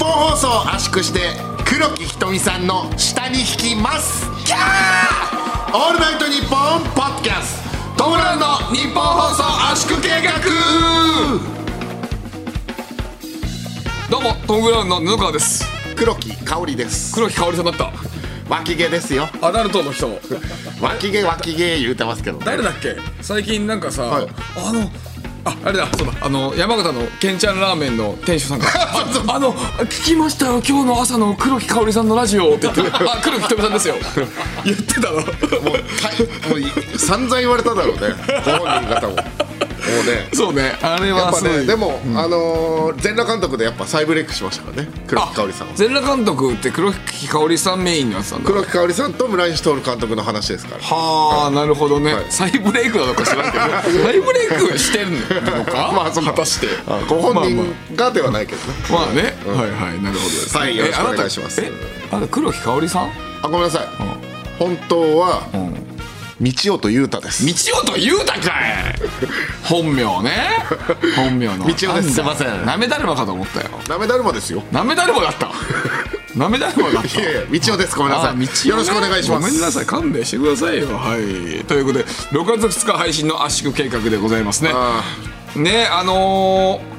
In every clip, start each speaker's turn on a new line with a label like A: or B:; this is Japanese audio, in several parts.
A: 放送を圧縮して黒木ひとみさんの下に引きますキャーオールナイトニッポンポッドキャストトムブラウンの日本放送圧縮計画
B: どうもトム・ブラウンの布川です
A: 黒木香織です
B: 黒木香織さんだった
A: 脇毛ですよ
B: アダルトの人も
A: 脇毛脇毛言うてますけど
B: 誰だっけ最近なんかさ、
A: はい
B: あのああれだそうだあの山形のけんちゃんラーメンの店主さんが ああの聞きましたよ今日の朝の黒木香織さんのラジオって 言ってあ黒木ひとみさんですよ言ってたの
A: もうたもうい散々言われただろうねご本人方ももうね
B: そうねあれ
A: や
B: は
A: っぱ
B: すごい
A: ねでも、あのー全裸監督でやっぱ再ブレイクしましたからね黒木香織さんは
B: あ全裸監督って黒木香織さんメインのやつなんだ
A: 黒木香織さんと村西徹監督の話ですから
B: はあなるほどね、
A: はい
B: 再ブレイクなのか知らん けど再ブレイクしてる のかまあ果たして
A: ご本
B: まあま
A: 人がではないけどね、
B: あまあね、はいはいなるほどですね
A: はいよろしく
B: えあなた
A: お願いします
B: えあれ黒木香織さん
A: あごめんなさい、本当は、道夫と雄太です
B: 道夫と雄太かい本 名ね本名の
A: 道夫です
B: なんだ
A: すいません
B: なめだるまかと思ったよ
A: なめだるまですよ
B: なめだるまだった なめだるまだっ
A: い
B: た
A: やいや道夫ですごめんなさ
B: あ
A: い、
B: 道夫ね
A: よろしくお願いします
B: ごめんなさい勘弁してくださいよはいということで6月2日配信の圧縮計画でございますね
A: あ
B: ねあのー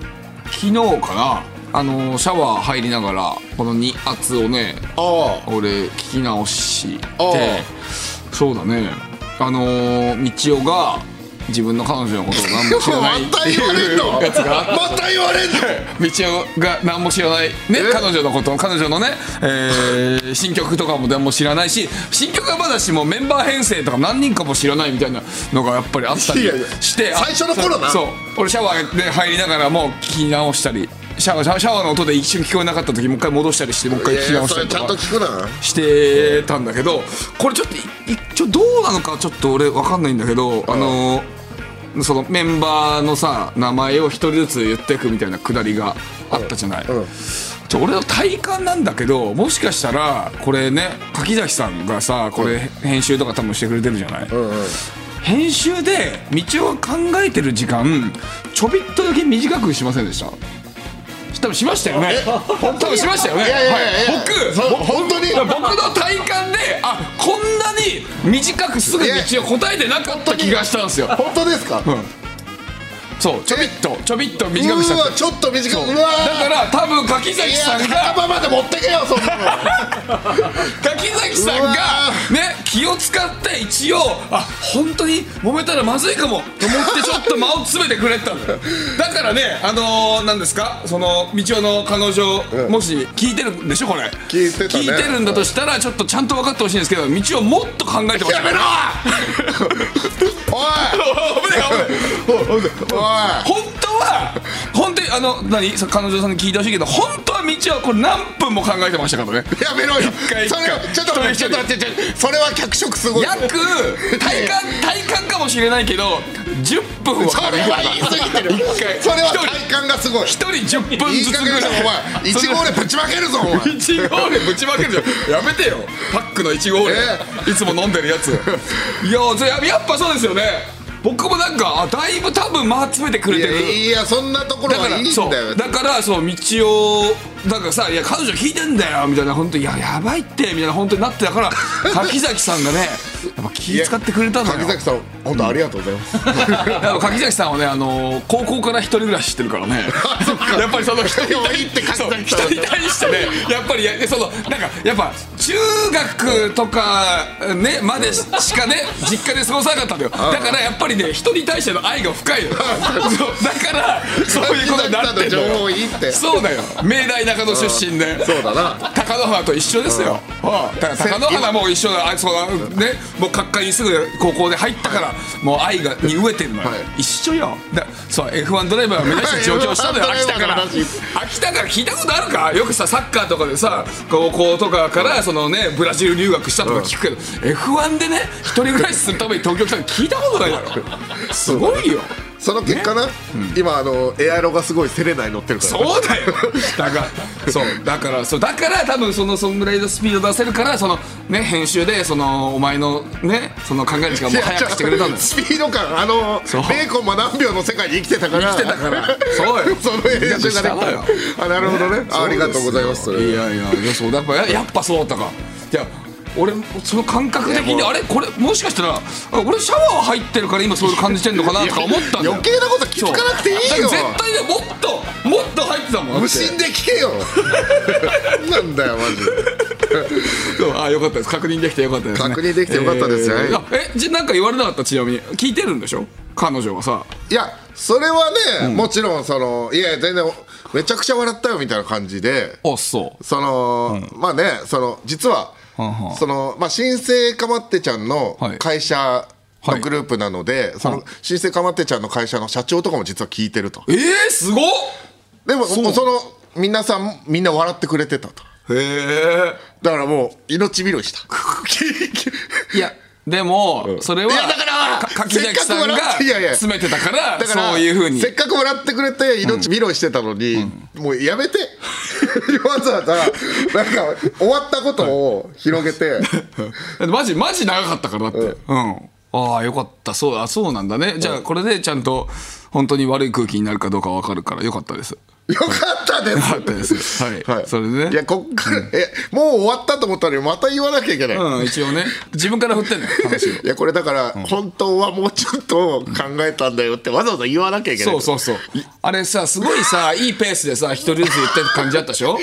B: 昨日かなあのーシャワー入りながらこの2圧をね
A: ああ
B: 俺聞き直して
A: あ
B: そうだねあのー、道夫が自分の彼女のことを何も知らない
A: また言われんの
B: やつがあって
A: また言われ んの
B: 道夫が何も知らない、ね、彼女のこと彼女のね、えー新曲とかも何も知らないし新曲はまだしもメンバー編成とか何人かも知らないみたいなのがやっぱりあったり
A: いやいや
B: してあ
A: 最初の頃な
B: そう俺シャワーで入りながらもう聞き直したりシャワーシャワーシャワーの音で一瞬聞こえなかった時もう一回戻したりしてもう一
A: い
B: 回聞
A: や
B: き
A: いや
B: 直し
A: そ
B: た
A: れ
B: り
A: ち
B: と
A: ゃん
B: か
A: と聞くな
B: してたんだけどこれちょっといいちょどうなのかちょっと俺わかんないんだけど、あのそのメンバーのさ名前を一人ずつ言っていくみたいなくだりがあったじゃない、
A: うん
B: ちょ俺の体感なんだけどもしかしたらこれね柿崎さんがさこれ編集とか多分してくれてるじゃない、
A: うんうん
B: 編集で道を考えてる時間ちょびっとだけ短くしませんでした多分しましたよね多分しましたよね
A: いやいやいやい
B: は
A: や
B: い僕
A: そう本当に
B: いや僕の体感であこんなに短くすぐ道を答えてなかった気がしたんですよ
A: 本当ですか、う
B: そうちょびっとちょびっと短くした
A: ー
B: だ
A: わちょっと短くうわー
B: から多分柿
A: い
B: 崎
A: や
B: さんが
A: 墓場まで持ってけよそんなの
B: 柿崎さん
A: う
B: が
A: わ
B: ね気を使って一応あ本当に揉めたらまずいかもと思ってちょっと間を詰めてくれてたの よだからねあのー、何ですかその道夫の彼女、
A: うん
B: もし聞いてるんでしょこれ
A: 聞いてたね
B: 聞いてるんだとしたらちょっとちゃんと分かってほしいんですけど道をもっと考えてほしい
A: やめ ろおい
B: お危ない危ない
A: お
B: 本当は本当にあの何その彼女さんに聞いてほしいけど本当は道はこれ何分も考えてましたからね
A: いやめろよ
B: 一回一
A: そ
B: 回
A: れはちょっと待ってち
B: 一
A: ょっと待
B: 人一人
A: ってちょっと待ってそれは脚色すごい
B: 約体感体感かもしれないけど10分は
A: そ
B: かる
A: れは言い過ぎてる
B: 一回
A: それは
B: 一人
A: 体感がすごい
B: 一人10分
A: いい
B: ずつ
A: 加
B: ぐら
A: 減
B: い
A: だよお前いちご俺ぶちまけるぞお前
B: いちご俺ぶちまけるじゃんやめてよパックのいちご俺、いつも飲んでるやついやそれややっぱそうですよね僕もなんかあだいぶ多分間詰めてくれ
A: い
B: て
A: や
B: る
A: いやそんなところ
B: だか
A: は
B: ら
A: いいん
B: そう
A: だよ
B: だからそう道をなんかさ「いや彼女聞いてんだよ」みたいな本当に「いややばいって」みたいな本当になってたから 柿崎さんがねやっぱ気使ってくれたの
A: 柿
B: よ
A: 崎さん本当ありがとうございます
B: やっぱ柿崎さんはね、あのー高校から一人暮らししてるからねやっぱりその人に対
A: いいって柿崎さん
B: そう人に対してねやっぱりやそのなんかやっぱ中学とかねまでしかね実家で過ごさなかったんだよだからやっぱりね人に対しての愛が深いのよそうだからそういうことになって
A: 柿崎
B: る
A: さ
B: の
A: んの情報
B: よ
A: いいって
B: そうだよ明大中野出身で
A: そうだな
B: 高野花と一緒ですよ、はいだから高野花も一緒だあそうだねもう各界にすぐ高校で入ったから、もう愛がに飢えてるのよ、
A: はい
B: 一緒よだそう F1 ドライバーを目指して上 京したのよ
A: F1
B: 秋田から
A: ドライバーの話
B: 秋田から聞いたことあるかよくさサッカーとかでさ高校とかからそのねブラジル留学したとか聞くけど、F1 でね一人暮らしするために東京来たの聞いたことないだろすごいよ
A: その結果な、今あのエアロがすごいセレナに乗ってるから
B: そうだよだからそうだからそうだから多分そのそんぐらいのスピード出せるからそのね編集でそのお前のねその考える時間をもう早くしてくれたんだよ
A: スピード感あの
B: そう
A: ベーコンも何秒の世界に生きてたから
B: 生きてたからそう よ
A: その編集ができた
B: そうよ
A: あなるほどねありがとうございますそ
B: い
A: れ
B: やいやいやそうだやっぱややっぱそうだったかいや俺その感覚的
A: い
B: に
A: やもう
B: あれこれもしかしたらあ俺シャワー入ってるから今そういう感じてんのかなとか思ったんだよ
A: 余計なこと気づかなくていい
B: だから
A: よ
B: 絶対ねもっともっと入ってたもん
A: 無心で聞けよ なんだよマジで
B: そう あよかったです確認できてよかったです、ね、
A: 確認できてよかったですよ
B: えーあえじゃなんか言われなかったちなみに聞いてるんでしょ彼女はさ
A: いやそれはね、もちろんそのいや全然めちゃくちゃ笑ったよみたいな感じで
B: あそう
A: その、まあねその実は、
B: はんはん
A: そのまあ新生かまってちゃんの
B: はい
A: 会社
B: は
A: の
B: い
A: グループなので、そ
B: は
A: の
B: い
A: 新生かまってちゃんの会社の社長とかも実は聞いてると
B: えー、すごっ
A: でも
B: そう
A: もうその皆さんみんな笑ってくれてたと
B: へえ
A: だからもう命拾い した
B: いやでも、それはい
A: やだから
B: か柿崎さん
A: せっか
B: が
A: く笑っていやいや
B: 詰めてたから
A: だから
B: そういうふうに
A: せっかく笑ってくれて命拾いしてたのに、もうやめて わざわざなんか終わったことを広 げて
B: だってマジマジ長かったからだってうん、ああよかったそうだそうなんだねじゃあこれでちゃんと本当に悪い空気になるかどうかわかるからよかったです
A: よかったです
B: よかったです はい、
A: はい、
B: それで
A: い
B: ね
A: やこっから、えもう終わったと思ったのにまた言わなきゃいけない、
B: うん一応ね自分から振ってんのよ話を
A: いやこれだから、本当はもうちょっと考えたんだよってわざわざ言わなきゃいけない
B: そうそうそうあれさすごいさいいペースでさ一人ずつ言ってる感じだったでしょ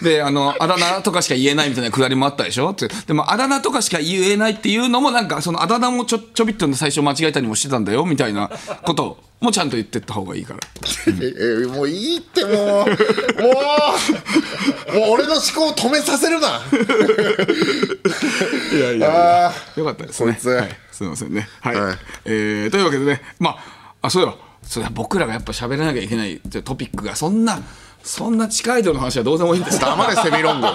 B: であのあだ名とかしか言えないみたいなくだりもあったでしょってでもあだ名とかしか言えないっていうのもなんかそのあだ名もちょちょびっと最初間違えたりもしてたんだよみたいなこともちゃんと言ってった方がいいから
A: ええもういいってもうもうもう俺の思考を止めさせるない
B: やい
A: や
B: よかったですね。
A: こいつ
B: はい、すみませんね。はい。
A: はい
B: えーというわけでね、まあ、あ、そうだ、そうだ、僕らがやっぱ喋らなきゃいけないってトピックが、そんな、そんな地下アイドルの話はどうでもいい んです
A: 黙れセミロング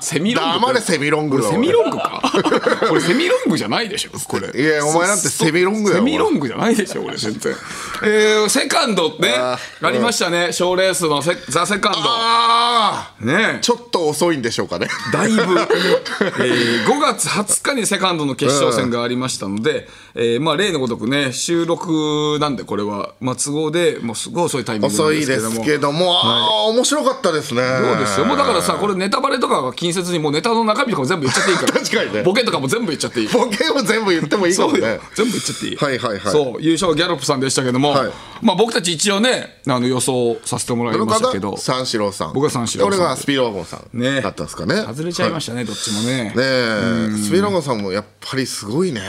B: セミロング。
A: 黙れセミロングだ
B: 俺セミロングか。 これセミロングじゃないでしょ、これ。
A: いやお前なんてセミロングだ
B: セ
A: よ
B: ミロングじゃないでしょ、 俺、全然。えー、セカンドね、
A: あ
B: あ
A: ー
B: りましたね、賞ーレースのセザ・セカン
A: ああ
B: ド。ねえ
A: ちょっと遅いんでしょうかね
B: だいぶ、えー5月20日にセカンドの決勝戦がありましたので、えーまあ、例のごとくね収録なんでこれは、まあ、都合でもうすごい遅いタイミングなん
A: 遅
B: で
A: い
B: すけ
A: で
B: ど
A: す
B: も。
A: けども、ああ面白かったですね
B: そうですよもうだからさこれネタバレとかは気にせずにもうネタの中身とかも全部言っちゃっていいから
A: 確かにね
B: ボケとかも全部言っちゃっていい
A: ボケを全部言ってもいいかも
B: そう
A: ね
B: よ全部言っちゃっていい
A: はいはいはい
B: そう優勝はギャロップさんでしたけども、
A: はい
B: まあ、僕たち一応ねあの予想させてもらい
A: その
B: ましたけ
A: 方
B: ど
A: 三四郎さん
B: 僕は三四郎さん
A: で俺がスピードワゴンさん
B: ね
A: だったんですかね
B: 外れちゃいましたね、どっちもね
A: ねえスピードワゴンさんもやっぱりすごいね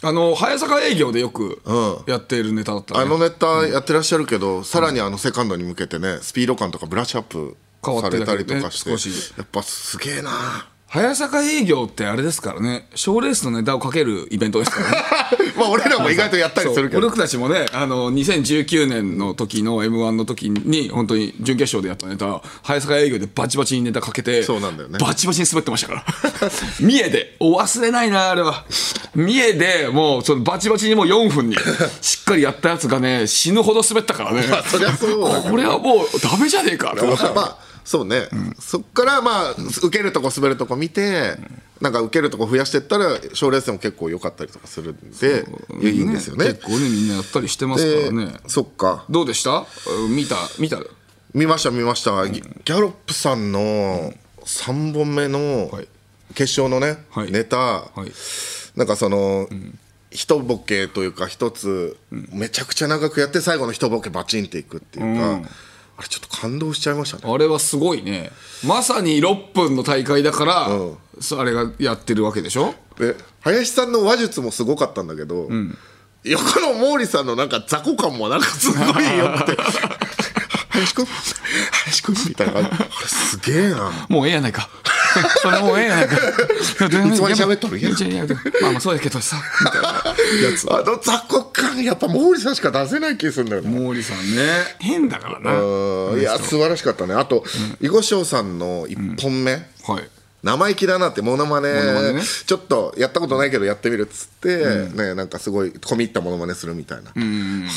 B: あの早坂営業でよく
A: うん
B: やっているネタだったね
A: あのネタやってらっしゃるけど、さらにあのセカンドに向けてねスピード感とかブラッシュアップ
B: 変わ
A: さ
B: って
A: れ
B: る
A: たりとかして、
B: ね少し
A: やっぱすげえな
B: 早坂営業ってあれですからね賞ーレースのネタをかけるイベントです からね
A: まあ俺らも意外とやったりするけ
B: そう
A: ど
B: 僕たちもねあの2019年の時の m 1の時に本当に準決勝でやったネタ早坂営業でバチバチにネタかけて
A: そうなんだよね
B: バチバチに滑ってましたから 三重でお忘れないなあれは三重でもうそのバチバチにもう4分に しっかりやったやつがね死ぬほど滑ったからね
A: そりゃそうだけど
B: これはもうダメじゃねえかと思った
A: まあそうね、そっからまあ受けるとこ滑るとこ見て、なんか受けるとこ増やしてったら賞レースでも結構良かったりとかするんでいやいいんですよね
B: 結構ねみんなやったりしてますから
A: で
B: ね
A: そっか
B: どうでしたうん見た見た
A: 見ました見ました、ギギャロップさんの3本目の
B: はい
A: 決勝のね、
B: はい
A: ネタ、
B: はい
A: なんかその、一ボケというか一つ、めちゃくちゃ長くやって最後の一ボケバチンっていくっていうか、あれちょっと感動しちゃいましたね
B: あれはすごいねまさに6分の大会だから、
A: うん
B: そあれがやってるわけでしょ
A: で林さんの話術もすごかったんだけど、横の毛利さんのなんか雑魚感もなんかすごいよくて林くん林くんみたいな感じあれすげえな
B: もうええやないか それもうええやないか
A: いつまで喋っとるんや
B: いやいやいやまあまあそうやけどさみたいなやつ
A: あの雑魚感やっぱ毛利さんしか出せない気するんだよね
B: 毛利さんね変だからな
A: うんいや素晴らしかったねあと、囲碁将さんの1本目、
B: はい
A: 生意気だなってモノマ
B: ノマネ
A: ネ
B: ね
A: ちょっとやったことないけどやってみるっつっって、ね、なんかすごい込み入ったものまねするみたいな、あのネ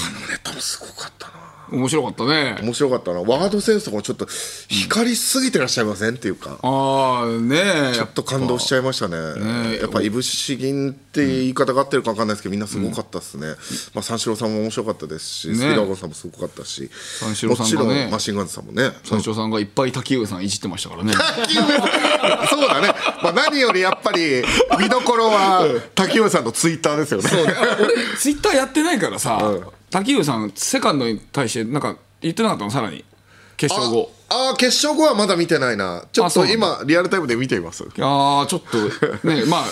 A: タもすごかったな
B: 面白かったね
A: 面白かったなワードセンスとかもちょっと光りすぎてらっしゃいませんっていうか、
B: ああねえ
A: ちょっと感動しちゃいましたね、やっぱいぶし銀って言い方が合ってるか分かんないですけど、みんなすごかったですね、まあ、三四郎さんも面白かったですし、スピードワゴンさんもすごかったし、
B: 三四郎
A: も
B: さん
A: ち
B: が
A: ろ
B: ね
A: んマシンガンズさんもね、
B: 三四郎さんがいっぱい滝上さんいじってました からね
A: 滝上さん そうだね、まあ、何よりやっぱり見どころは、滝上さんのツイッターですよね。
B: 俺ツイッターやってないからさ、滝上さんセカンドに対してなんか言ってなかったのさらに決勝後
A: ああー決勝後はまだ見てないなちょ
B: あ
A: っ
B: そう
A: と
B: なん
A: 今リアルタイムで見ています
B: ああちょっとねまあ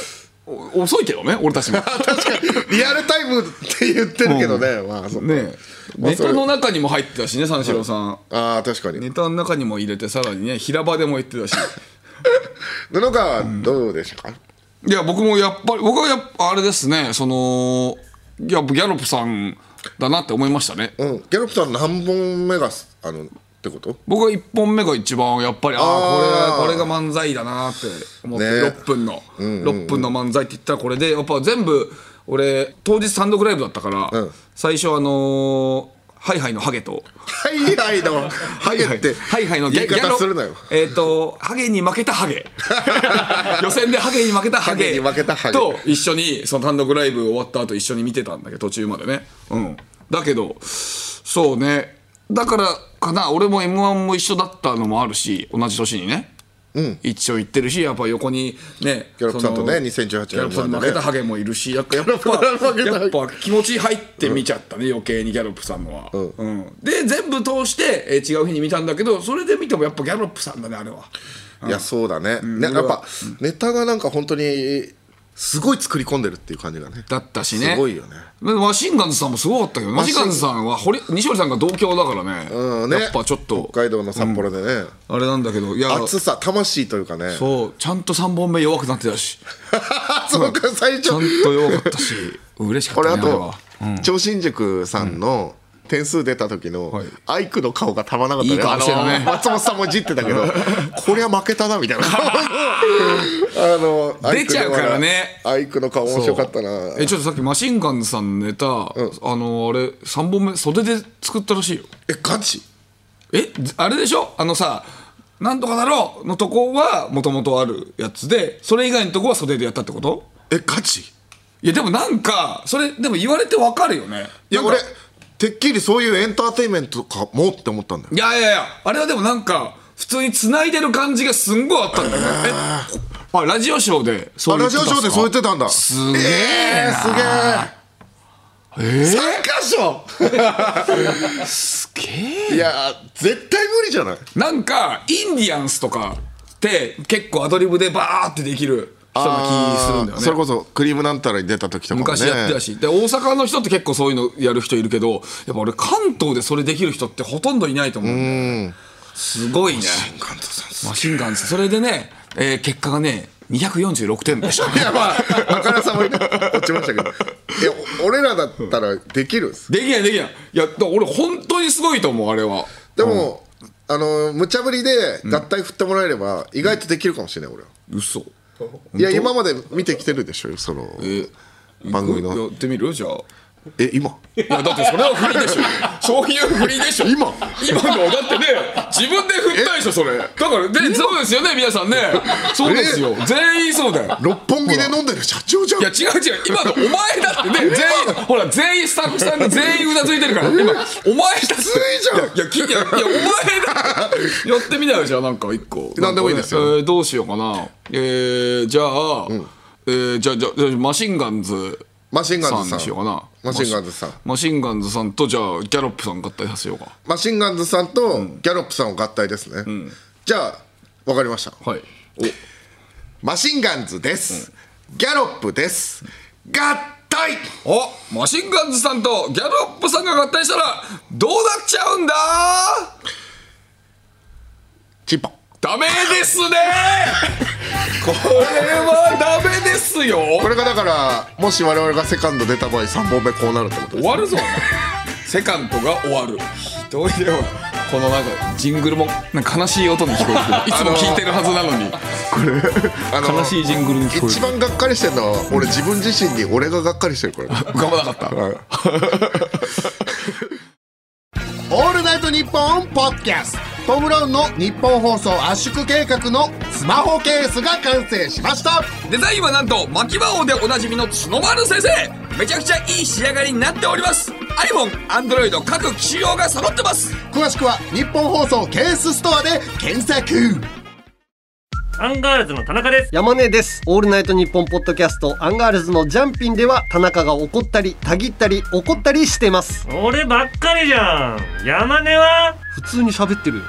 B: お遅いけどね俺 たちも
A: 確かにリアルタイムって言ってるけどね、 まあそっか
B: ね
A: まあ
B: ネタの中にも入ってたしね三四郎さん、
A: ああ確かに
B: ネタの中にも入れてさらにね平場でも言ってたし
A: 布川どうでしたか、
B: いや僕もやっぱり僕はやっぱあれですねそのいやギャロップさんだなって思いましたね
A: うんギャロップさん何本目がすあのってこと
B: 僕は1本目が一番やっぱりああ
A: あー
B: これこれが漫才だなって思って、
A: ね
B: 6分の、6分の漫才って言ったらこれでやっぱ全部俺当日単独ライブだったから、
A: うん
B: 最初あのーハイハイのハゲと
A: はい はいのハゲって
B: ハイハイの
A: 言い
B: ギャ
A: 方
B: ロ
A: するなよ
B: えっ、とハゲに負けた ハゲ予選でハゲに負けたハゲ
A: ハゲに負けたハゲ
B: と一緒にその単独ライブ終わった後一緒に見てたんだけど途中までねうんだけどそうねだからかな俺も m 1も一緒だったのもあるし同じ年にね一応行ってるしやっぱ横にね
A: ギャロップさんとね
B: その
A: 2018年
B: ギャロップさんに負けたハゲもいるし やっぱやっ
A: プさんに負けたハ
B: ぱ
A: ゲ
B: やっぱ気持ち入って見ちゃったね余計にギャロップさんのは、うんで全部通して、えー違う日に見たんだけどそれで見てもやっぱギャロップさんだねあれはい
A: やそうだね、ねやっぱネタがなんか本当にすごい作り込んでるっていう感じがね
B: だったしね
A: すごいよね
B: でマシンガンズさんもすごかったけどマシンガンズさんは堀西堀さんが同郷だからね,、
A: うんね
B: やっぱちょっと
A: 北海道の札幌でね、
B: あれなんだけどいや
A: 熱さ魂というかね
B: そうちゃんと3本目弱くなってたし
A: そうか最初
B: ちゃんと弱かった し嬉しか
A: こ
B: っ
A: れ
B: た
A: あ
B: ねあれ
A: と
B: は、
A: 超新塾さんの点数出た時の、
B: はい
A: アイクの顔がたまらなかった
B: いい顔してるね
A: あの松本さんもいじってたけどこりゃ負けたなみたい なあのアイク
B: 出ちゃうからね
A: アイクの顔面白かったな
B: えちょっとさっきマシンガンズさんのネタ、あのあれ3本目袖で作ったらしいよ
A: えガチ
B: えあれでしょあのさ「なんとかだろう」のとこはもともとあるやつでそれ以外のとこは袖でやったってこと
A: えガチ
B: いやでもなんかそれでも言われてわかるよね
A: いや
B: なん
A: 俺
B: か
A: てっきりそういうエンターテインメントかもって思ったんだよ
B: いやいやいやあれはでもなんか普通に繋いでる感じがすんごいあったんだよねえあラジオショーでそ
A: あ
B: う言
A: ラ
B: って
A: ジオ
B: た
A: ショ
B: っすか
A: ーでそう言ってたんだ
B: すげえ
A: えー、すげ
B: え
A: え3箇所
B: すげえ
A: いや絶対無理じゃない
B: なんかインディアンスとかって結構アドリブでバーってできる人な気するんだよ
A: あーそれ
B: ね
A: こそクリームなんたらに出た時とかもね
B: 昔やってたし、で大阪の人って結構そういうのやる人いるけどやっぱ俺関東でそれできる人ってほとんどいないと思うんだよねすごいね
A: 関東さんす
B: マシンガンズそれでね、えー結果がね246点でした
A: いやまあ中田さんもいな落ちましたけどい やお俺らだったらできるんです
B: できないできないいやだから俺本当にすごいと思うあれは
A: でも、あの無茶ぶりで合体振ってもらえれば、意外とできるかもしれない俺は
B: 嘘
A: いや今まで見てきてるでしょその番組
B: や
A: の
B: ってみるじゃあ
A: え今
B: いやだってそれはフリーで しょ商品はフリーでしょ
A: 今
B: 今のだってね自分で振ったでしょそれだからでそうですよね皆さんねそうですよ全員そうだよ
A: 六本木で飲んでる社長じゃん
B: いや違う違う今のお前だってね全員ほら全員スタッフさんが全員うなずいてるから今お前だってい
A: じゃん
B: やいや聞いていやいやお前だってやってみなよじゃあなんか一個
A: なんでもいいですよ
B: なんかねえーどうしようかなえー、じゃあ、えー、じゃあじゃあじゃあマシンガンズ
A: マシンガンズ
B: さ
A: さん
B: んにしようかな
A: マシンガンズさん
B: マシンガンズさんとじゃあギャロップさん合体させようか
A: マシンガンズさんとギャロップさんを合体ですね、じゃあわかりました
B: はい
A: マシンガンズです、ギャロップです合体
B: おマシンガンズさんとギャロップさんが合体したらどうなっちゃうんだ
A: チンポ
B: ダメです ねこれはダメですよ
A: これがだからもし我々がセカンド出た場合3本目こうなるってことで
B: 終わるぞセカンドが終わるひど いよこのなんかジングルもなんか悲しい音に聞こえてくるいつも聞いてるはずなのに
C: これ
A: あの
C: 悲しいジングルに聞こえ
A: 一番がっかりしてるのは俺自分自身に俺ががっかりしてるこれ
B: 浮かばなかった
A: 「オールナイトニッポン」ポッドキャストトム・ブラウンの日本放送圧縮計画のスマホケースが完成しました
B: デザインはなんと牧場王でおなじみの角丸先生めちゃくちゃいい仕上がりになっております iPhone、Android 各機種用が揃ってます
A: 詳しくは日本放送ケースストアで検索
D: アンガールズの田中です。
E: 山根です。オールナイトニッポンポッドキャストアンガールズのジャンピンでは田中が怒ったり、たぎったり、怒ったりしてます。
D: 俺ばっかりじゃん。山根は、
E: 普通に喋ってる。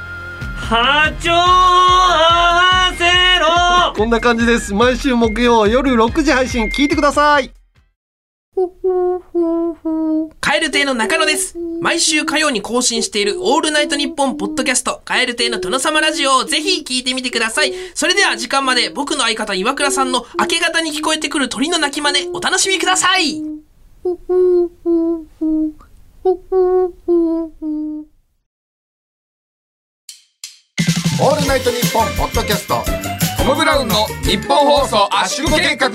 D: 波長を合わせろ
E: こんな感じです。毎週木曜夜6時配信聞いてください。
F: カエル亭の中野です。毎週火曜に更新しているオールナイトニッポンポッドキャスト、カエル亭の殿様ラジオをぜひ聞いてみてください。それでは時間まで僕の相方岩倉さんの明け方に聞こえてくる鳥の鳴き真似、お楽しみください。
A: 「オールナイトニッポン」ポッドキャスト
B: トム・ブラウンの日本放送圧縮計画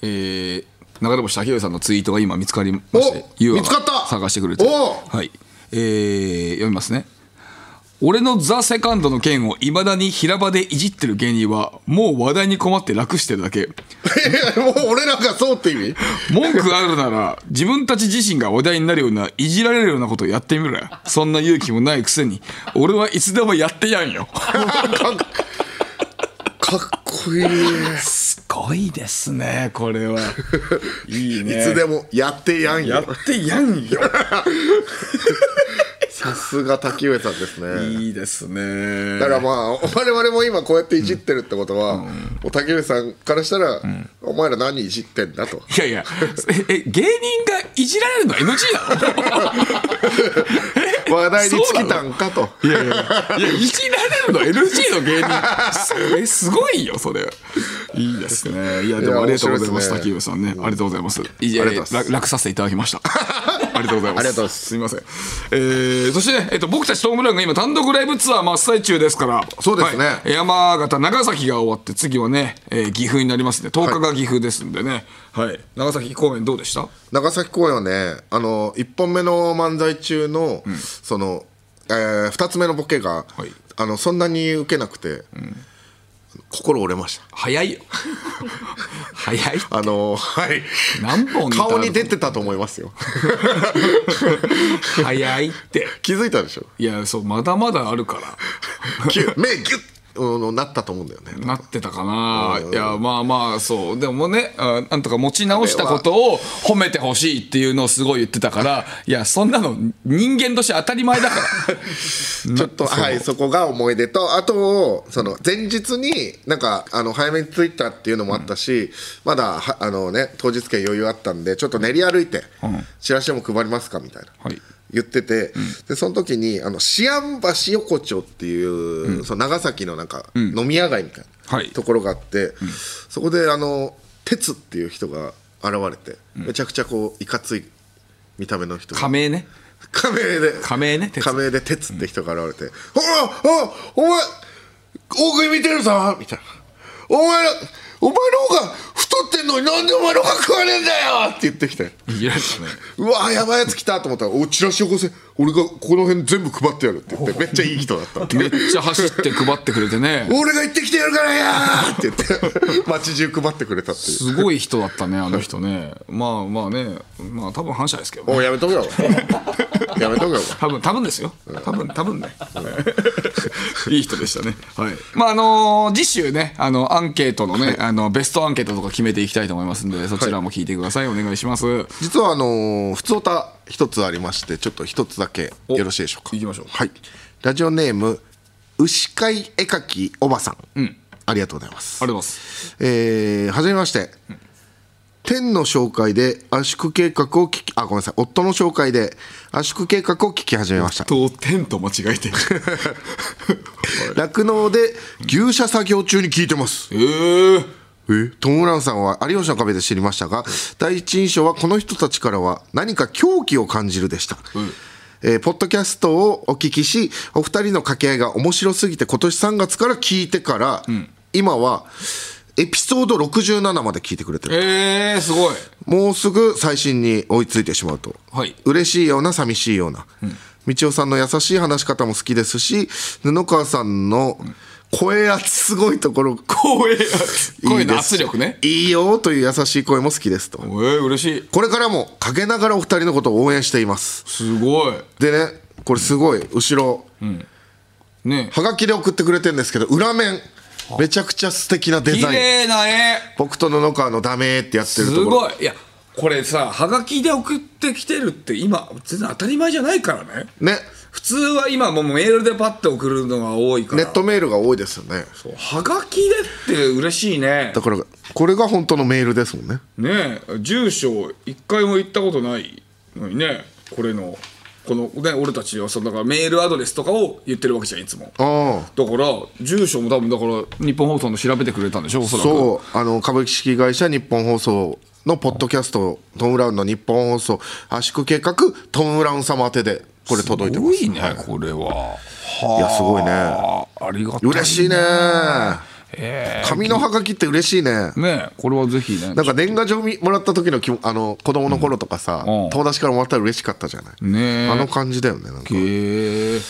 B: えー、中でもしたひよさんのツイートが今見つかりまして
A: お
B: ゆうが
A: 見つかった
B: 探してくれて
A: おう
B: はいえー、読みますね俺のザ・セカンドの件をいまだに平場でいじってる芸人はもう話題に困って楽してるだけ
A: えも う俺らがそうって意味
B: 文句あるなら自分たち自身が話題になるようないじられるようなことをやってみろやそんな勇気もないくせに俺はいつでもやってやんよ
A: かっかっこいい
B: すごいですねこれ はいい
A: いつでもやってやん
B: や
A: よ
B: ってやんよ
A: さすが滝上さんですね
B: いいですね
A: だからまあ我々も今こうやっていじってるってことは、もう滝上さんからしたら、お前ら何いじってんだと
B: いやいやええ芸人がいじられるの NG な
A: 話題に尽きたんかと
B: の いやいやいやいじられるの NG の芸人それすごいよそれいいですねいやでもありがとうござい
A: 面白いで
B: ます
A: すね
B: 滝上さんねありがとうございますいや
A: ありがとうございます
B: 楽楽させていただきました ありがとうございます
A: ありがとうございます
B: すみませんえーそしてねえっと僕たちトム・ブラウンが今単独ライブツアー真っ最中ですから
A: そうですね
B: はい山形長崎が終わって次はね、えー岐阜になりますね10日が岐阜ですんでねはい長崎公演どうでした
A: 長崎公演はねあの1本目の漫才中の、その、え2つ目のボケが、
B: はい
A: あのそんなに受けなくて、心折れました
B: 早いよ 早い
A: あのはい
B: 何本ネタある
A: 顔に出てたと思いますよ
B: 早いって
A: 気づいたでしょ
B: いやそうまだまだあるから
A: ぎゅ 目ギュッうんなったと思うんだよね
B: なってたかないやまあまあそうでもねあなんとか持ち直したことを褒めてほしいっていうのをすごい言ってたからいやそんなの人間として当たり前だから
A: ちょっとはいそこが思い出とあとその前日になんかあの早めに着いたっていうのもあったし、まだはあのね当日券余裕あったんでちょっと練り歩いて、チラシでも配りますかみたいな、
B: はい
A: 言ってて、でその時にあのシアン橋横丁っていう、その長崎のなんか飲み屋街みたいな
B: はい
A: ところがあって、そこであの鉄っていう人が現れて、めちゃくちゃこういかつい見た目の人が
B: 仮名ね
A: 仮名で
B: 仮名ね鉄
A: 仮名で鉄って人が現れて「ほらあお前大食い見てるぞ」みたいな「お前らお前の方が太ってんのになんでお前の方が食わねえんだよ!」って言ってきて
B: いやですね
A: うわやばいやつ来たと思ったら「おチラシよこせ俺がこの辺全部配ってやる」って言 ってめっちゃいい人だったって
B: めっちゃ走って配ってくれてね
A: 俺が行ってきてやるからやーって言って 街中配ってくれたっていう
B: すごい人だったねあの人ねまあまあねまあ多分反射ですけどね
A: おやめとけ よやめとけよ
B: 多分多分ですよ多分多分ねいい人でしたねはいまああのー次週ねあのアンケートのね、あのベストアンケートとか決めていきたいと思いますんでそちらも聞いてください、お願いしますは
A: 実はあのー、普通歌一つありましてちょっと一つだけよろしいでしょうか
B: お行きましょう
A: はいラジオネーム牛飼い絵描きおばさん、ありがとうございます
B: ありがとうございます
A: えーはじめまして、天の紹介で圧縮計画を聞きあごめんなさい夫の紹介で圧縮計画を聞き始めました
B: と天と間違えて
A: 酪農で牛舎作業中に聞いてます
B: えー、
A: えトム・ブラウンさんは「有吉の壁」で知りましたが第一印象はこの人たちからは何か狂気を感じるでした、えーポッドキャストをお聞きしお二人の掛け合いが面白すぎて今年3月から聞いてから、今はエピソード67まで聞いてくれてる
B: えー、すごい。
A: もうすぐ最新に追いついてしまうと、
B: はい
A: 嬉しいような寂しいような、道夫さんの優しい話し方も好きですし布川さんの声圧すごいところ
B: 声、声
A: です
B: の圧力ね。
A: いいよという優しい声も好きですと
B: えー、嬉しい。
A: これからも陰ながらお二人のことを応援しています
B: すごい。
A: でねこれすごい後ろ
B: ね
A: はがきで送ってくれてるんですけど裏面めちゃくちゃ素敵なデ
B: 綺
A: ザイン
B: 麗な絵。
A: 僕と布川のダメーってやってる
B: す
A: ところ
B: ごい。いや、これさ、はがきで送ってきてるって今、全然当たり前じゃないからね。
A: ね
B: 普通は今もうメールでパッて送るのが多いから。
A: ネットメールが多いですよね
B: そうはがきでって嬉しいね
A: だ。からこれが本当のメールですもんね
B: ねえ住所一回も行ったことないのにねこれのこのね俺たちはそのだからメールアドレスとかを言ってるわけじゃんいつもだか
A: ああ
B: ら住所も多分だから日本放送の調べてくれたんでしょおそらく
A: そうあの株式会社日本放送のポッドキャストトム・ブラウンの日本放送圧縮計画トム・ブラウン様宛てでこれ届いてます
B: すごいね、これはい
A: やすごいね
B: あありがたい
A: 嬉しいね紙のハガキって嬉しいね
B: ねえこれはぜひね
A: なんか年賀状みもらった時のきもあの子供の頃とかさ、
B: うん
A: 友達からもらったら嬉しかったじゃない、
B: ねえ
A: あの感じだよねなんかね
B: へえ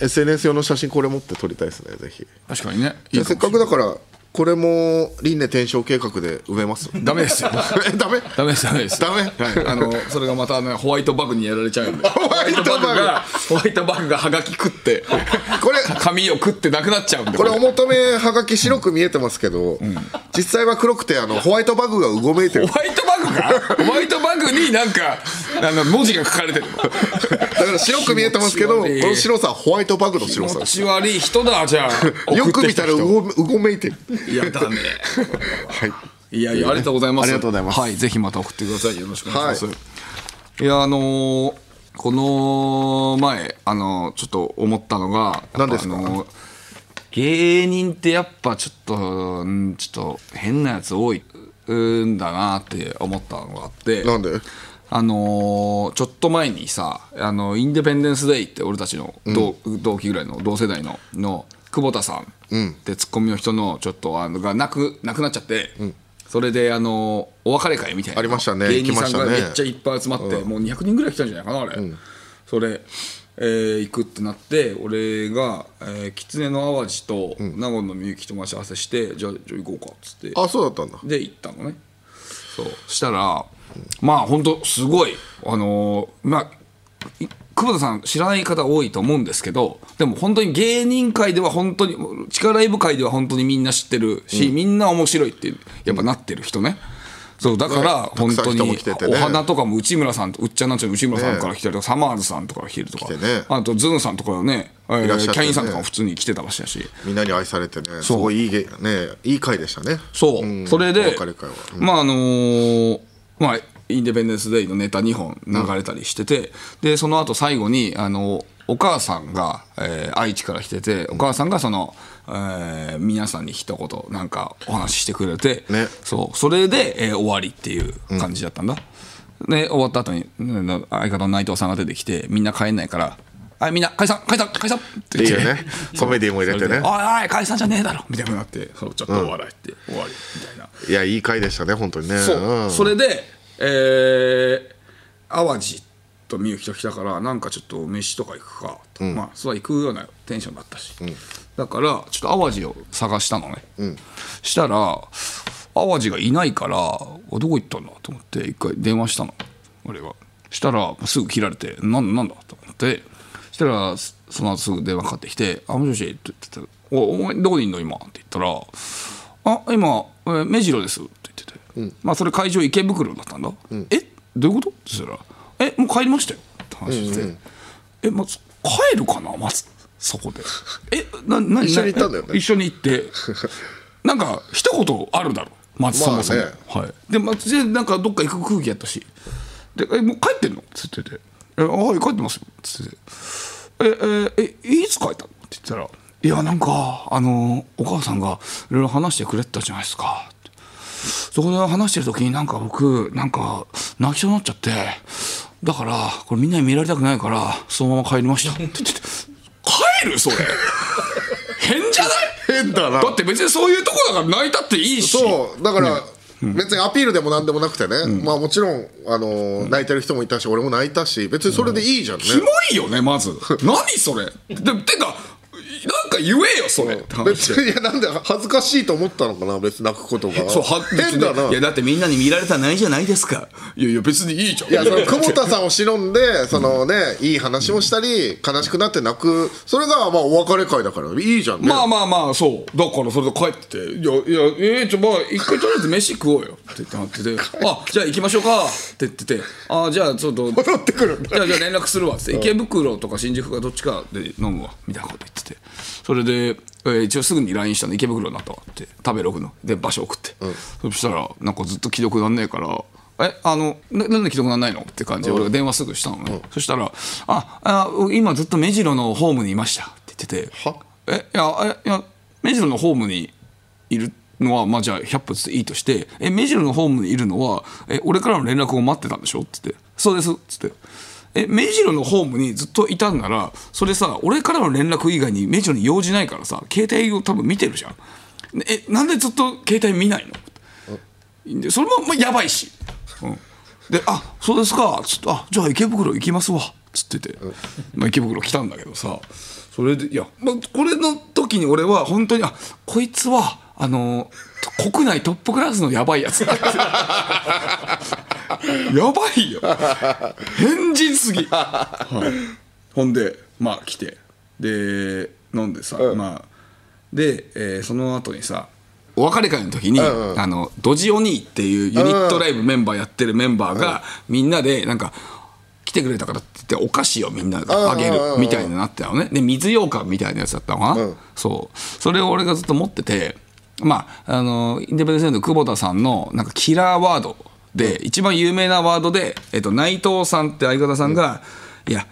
A: SNS 用の写真これ持って撮りたいですねぜひ
B: 確かにね
A: じ
B: い
A: ゃ
B: い
A: あせっかくだからこれも輪廻転生計画で埋めます
B: ダメですよ
A: えダメ
B: ダメですダメです
A: ダメ
B: はい、あのそれがまたねホワイトバグにやられちゃうん でホ
A: ワイトバグ
B: がホワイトバグがハガキ 食って
A: これ
B: 紙を食ってなくなっちゃうんで
A: これお求めはがき白く見えてますけど、実際は黒くてあのホワイトバグがうごめいてる
B: ホワイトバグかホワイトバグになんかあの文字が書かれてる
A: だから白く見えてますけどこ
B: 気持ち悪い
A: の白さはホワイトバグの白
B: 気
A: さ
B: 持ち悪い人だじゃあ
A: よく見たらう
B: 送っ
A: ごうごめいてる
B: てきた人いやだね
A: はい
B: いやいやありがとうございます
A: ありがとうございます
B: はいぜひまた送ってくださいよろしくお願いします、、
A: はい
B: やあのーこの前あのーちょっと思ったのがやっぱ
A: 何ですか
B: あのー芸人ってやっぱちょっとうんちょっと変なやつ多いんだなって思ったのがあって
A: なんで
B: あのーちょっと前にさあのインデペンデンス・デイって俺たちの同,、同期ぐらいの同世代のの久保田さんってツッコミの人のちょっとあのがなくなくなっちゃって、それで、あのーお別れ会みたいな
A: ありましたね
B: 芸人さ
A: 行
B: んが
A: きま
B: め
A: したね
B: っちゃいっぱい集まって、もう200人ぐらい来たんじゃないかなあれ、それ、えー行くってなって俺が、えー狐の淡路と納言のみゆきと待ち合わせして、じゃあじゃあ行こうかっつって
A: あそうだったんだ
B: で行ったのねそうしたらまあ本当すごいあのーまあい久保田さん知らない方多いと思うんですけどでも本当に芸人界では本当に力イブ界では本当にみんな知ってるし、みんな面白いってやっぱなってる人ね、そうだから
A: ねたく
B: 本
A: さん
B: 当に
A: 人も来ててね
B: お花とかも内村さんとうっちゃんなんちゃんの内村さんから来たりとか、サマーズさんとかが来てるとか、
A: 来てね
B: あとズンさんとかはねえー
A: いらっしゃってね
B: キャインさんとかも普通に来てた場所だし
A: みんなに愛されてねすごいいいげねいい回でしたね
B: そう、
A: ん
B: それ
A: お
B: で
A: 別れ会は、うん
B: まああのーまあインデペンデンス・デイのネタ2本流れたりしてて、でその後最後にあのお母さんが、えー愛知から来ててお母さんがその、えー皆さんに一言なんかお話ししてくれて、
A: ね
B: そうそれで、えー終わりっていう感じだったんだ、で終わった後にね相方の内藤さんが出てきてみんな帰んないから「あみんな解散解散解散!」って
A: い
B: 言
A: い
B: って
A: よねコメディも入れてね
B: それでおいおい解散じゃねえだろみたいになってそうちょっとお笑いって、終わりみたいない
A: やいい回でしたね本当にね
B: そう、
A: ん
B: それで、えー淡路とみゆきと来たからなんかちょっと飯とか行くかと、まあそれは行くようなテンションだったし、だからちょっと淡路を探したのね、したら淡路がいないからあどこ行ったんだと思って一回電話したの俺はしたらすぐ切られて「なんなんだ?」と思ってしたらそその後すぐ電話かかってきて「あもしもし」って言ってたら「おお前どこにいんの今」って言ったら「あ今えー目白です」って言ってて、まあそれ会場池袋だったんだ「えどういうこと?」って言ったら「えもう帰りましたよ」って話して「えまず帰るかなまずそこで」えなな
A: 一緒に行ったんだよね
B: 一緒に 行ってなんか一言あるだろまずそもそも、
A: まあね
B: はい、でまあでなんかどっか行く空気やったし「でえもう帰ってんの?」っつってて「えはい帰ってますよ」っつってて「えええいつ帰ったの?」って言ったら「いやなんかあのお母さんがいろいろ話してくれてたじゃないですか」ってそこで話してる時になんか僕なんか泣きそうになっちゃってだからこれみんなに見られたくないからそのまま帰りました」って言ってて帰るそれ変じゃない
A: 変だな
B: だって別にそういうとこだから泣いたっていいし
A: そうだから、別にアピールでも何でもなくてね、まあもちろん、あのー泣いてる人もいたし俺も泣いたし別にそれでいいじゃんね、
B: キモいよね まず何それでてかなんか言えよそれって話
A: 別にいやなんで恥ずかしいと思ったのかな別に泣くことが
B: そうは
A: 変だ
B: 別
A: な
B: にいやだってみんなに見られたらないじゃないですかいやいや別にいいじゃん
A: いやその久保田さんを忍んでそのねいい話をしたり悲しくなって泣くそれがまあお別れ会だからいいじゃんね、
B: まあまあまあそうだからそれで帰ってて「いやいやえー、ちょまあ一回とりあえず飯食おうよ」って言ってなってて「あじゃあ行きましょうか」って言ってて「あじゃあちょっとじゃ
A: 戻ってくるんだ
B: あじゃあ連絡するわ」っつって池袋とか新宿かどっちかで飲むわみたいなこと言っててそれで、えー一応すぐに LINE したの池袋になったわって食べログので場所送って、そしたらなんかずっと既読なんねえからえあのななんで既読なんないのって感じで俺が電話すぐしたのね、そしたら「ああ今ずっと目白のホームにいました」って言ってて
A: は
B: 「えいやえいや目白のホームにいるのはまあじゃあ100発でいいとしてえ目白のホームにいるのはえ俺からの連絡を待ってたんでしょ?」って言って「そうです」っつって。え目白のホームにずっといたんならそれさ俺からの連絡以外に目白に用事ないからさ携帯を多分見てるじゃんねえなんでずっと携帯見ないのでそれもまあやばいし、うん、で「あそうですか」つってあじゃあ池袋行きますわ」つってて、まあ、池袋来たんだけどさそれでいや、まあ、これの時に俺は本当に「あこいつはあの国内トップクラスのやばいやつだ」 やばいよ変人すぎ、はい、ほんでまあ来てで飲んでさ、まあで、えーその後にさお別れ会の時に、
A: んうん
B: あのドジオニーっていうユニットライブメンバーやってるメンバーが、みんなでなんか来てくれたからって言ってお菓子をみんなであげるみたいになってたのねで水羊羹みたいなやつだったのかな、
A: うん
B: そうそれを俺がずっと持っててまああのインデペンデンスの久保田さんのなんかキラーワードで、一番有名なワードで、えっと、内藤さんって相方さんが「いや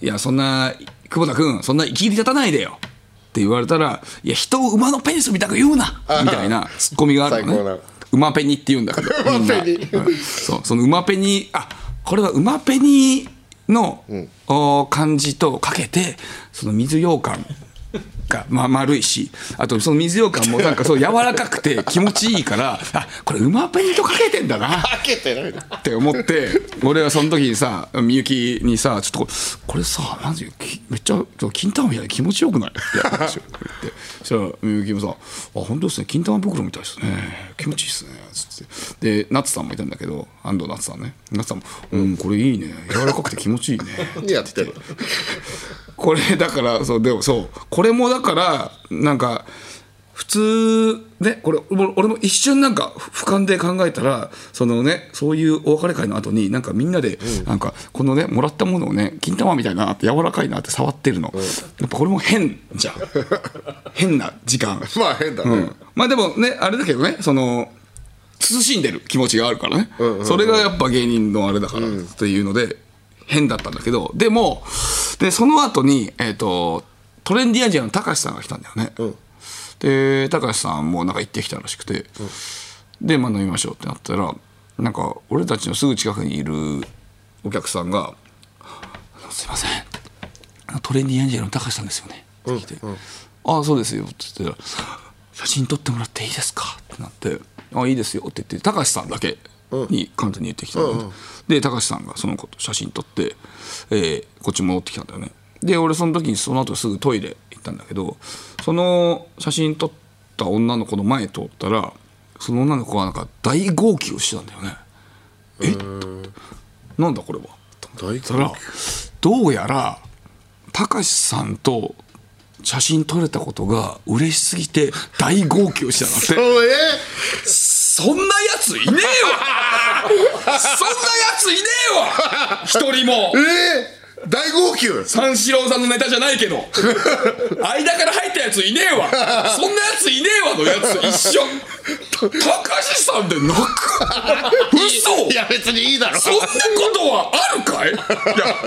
B: いやそんな久保田君そんな生きり立たないでよ」って言われたら「いや人を馬のペースみたく言うな」みたいなツッコミがある
A: 最高
B: の
A: だ
B: ね。馬ペニって言うんだけど
A: 馬ペニ
B: みんなうんそうその馬ペニあこれは馬ペニの、お漢字とかけてその水羊羹が、ま、丸いしあとその水羊羹もなんかそう柔らかくて気持ちいいからあこれ馬ペニとかけてんだな
A: 開けてないな
B: って思って俺はその時にさみゆきにさちょっとこれさマジきめっちゃ金玉みたいで気持ちよくないってやったんですよこうやってそしたらみゆきもさ「あ本当ですね金玉袋みたいですね気持ちいいですね」つってで夏さんもいたんだけど安藤夏さんね夏さんも「うんこれいいね柔らかくて気持ちいいね」
A: 何やってる
B: これだからそうでもそうこれもだからなんか普通ねこれ俺も俺も一瞬なんかふ俯瞰で考えたらそのねそういうお別れ会の後になんかみんなで、なんかこのねもらったものをね金玉みたいなって柔らかいなって触ってるの、やっぱこれも変じゃん変な時間
A: まあ変だね、
B: うん、まあでもねあれだけどねその慎んでる気持ちがあるからね、それがやっぱ芸人のあれだからっていうので変だったんだけどでもでその後にえっ、とトレンディアンジアの高橋さんが来たんだよね、で高橋さんもなんか行ってきたらしくて、で、まあ、飲みましょうってなったらなんか俺たちのすぐ近くにいるお客さんが「すいませんトレンディエンジェルの高橋さんですよね」って聞いて「ああそうですよ」って言ったら「写真撮ってもらっていいですか?」ってなって「ああいいですよ」って言って高橋さんだけに簡単に言ってきたのね、で高橋さんがその子と写真撮って、えーこっち戻ってきたんだよねで俺その時にその後すぐトイレ行ったんだけどその写真撮った女の子の前通ったらその女の子がなんか大号泣をしてたんだよねえっと思ってなんだこれはと思って
A: 大
B: そらどうやらたかしさんと写真撮れたことが嬉しすぎて大号泣したんだって
A: おえ
B: そんなや ついねえわそんなやついねえわ一人も
A: えー、大号泣
B: 三四郎さんのネタじゃないけど間から入ったやついねえわそんなやついねえわのやつ一緒たかしさんで泣く嘘
A: いや別にいいだろ
B: そん なことはあるかいいや、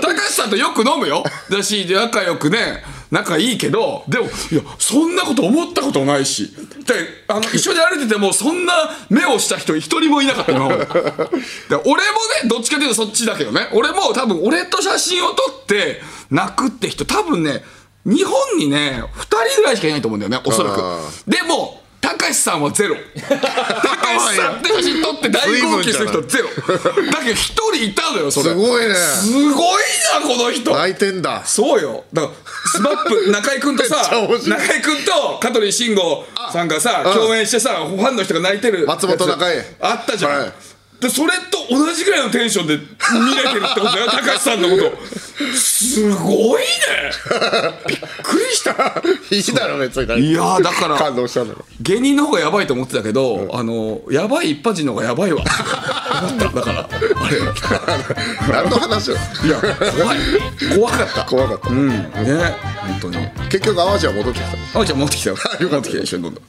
B: 高橋さんとよく飲むよ。だし、仲良くね、仲いいけどでもいやそんなこと思ったこともないしであの一緒に歩いててもそんな目をした人一人もいなかっ たので俺もねどっちかというとそっちだけどね俺も多分俺と写真を撮って泣くって人多分ね日本にね2人ぐらいしかいないと思うんだよねおそら
A: あ
B: くでもたかしさんは ゼロたかしさんって写真撮って大号泣する人ゼロだけど一人いたのよそれ
A: すごいね
B: すごいなこの人
A: 泣いてんだ
B: そうよだからスマップ中居君とさ
A: めっちゃ面白い
B: 中居君と香取慎吾さんがさ共演してさファンの人が泣いてる
A: 松本中居
B: やつあったじゃん、
A: はい
B: でそれと同じぐらいのテンションで見れてるってことだ よ高橋さんのことすごいねびっくりした
A: いいだろ別に
B: いやーだから
A: 感動したんだろ
B: 芸人の方がやばいと思ってたけど、あのやばい一般人の方がやばいわ思っただからあれ
A: 何の話を
B: いや怖い怖かった
A: 怖かった、
B: うんね本当に
A: 結局淡路は戻ってきた
B: あじゃあ持ってきたよ。持ってきた一緒に飲んだ。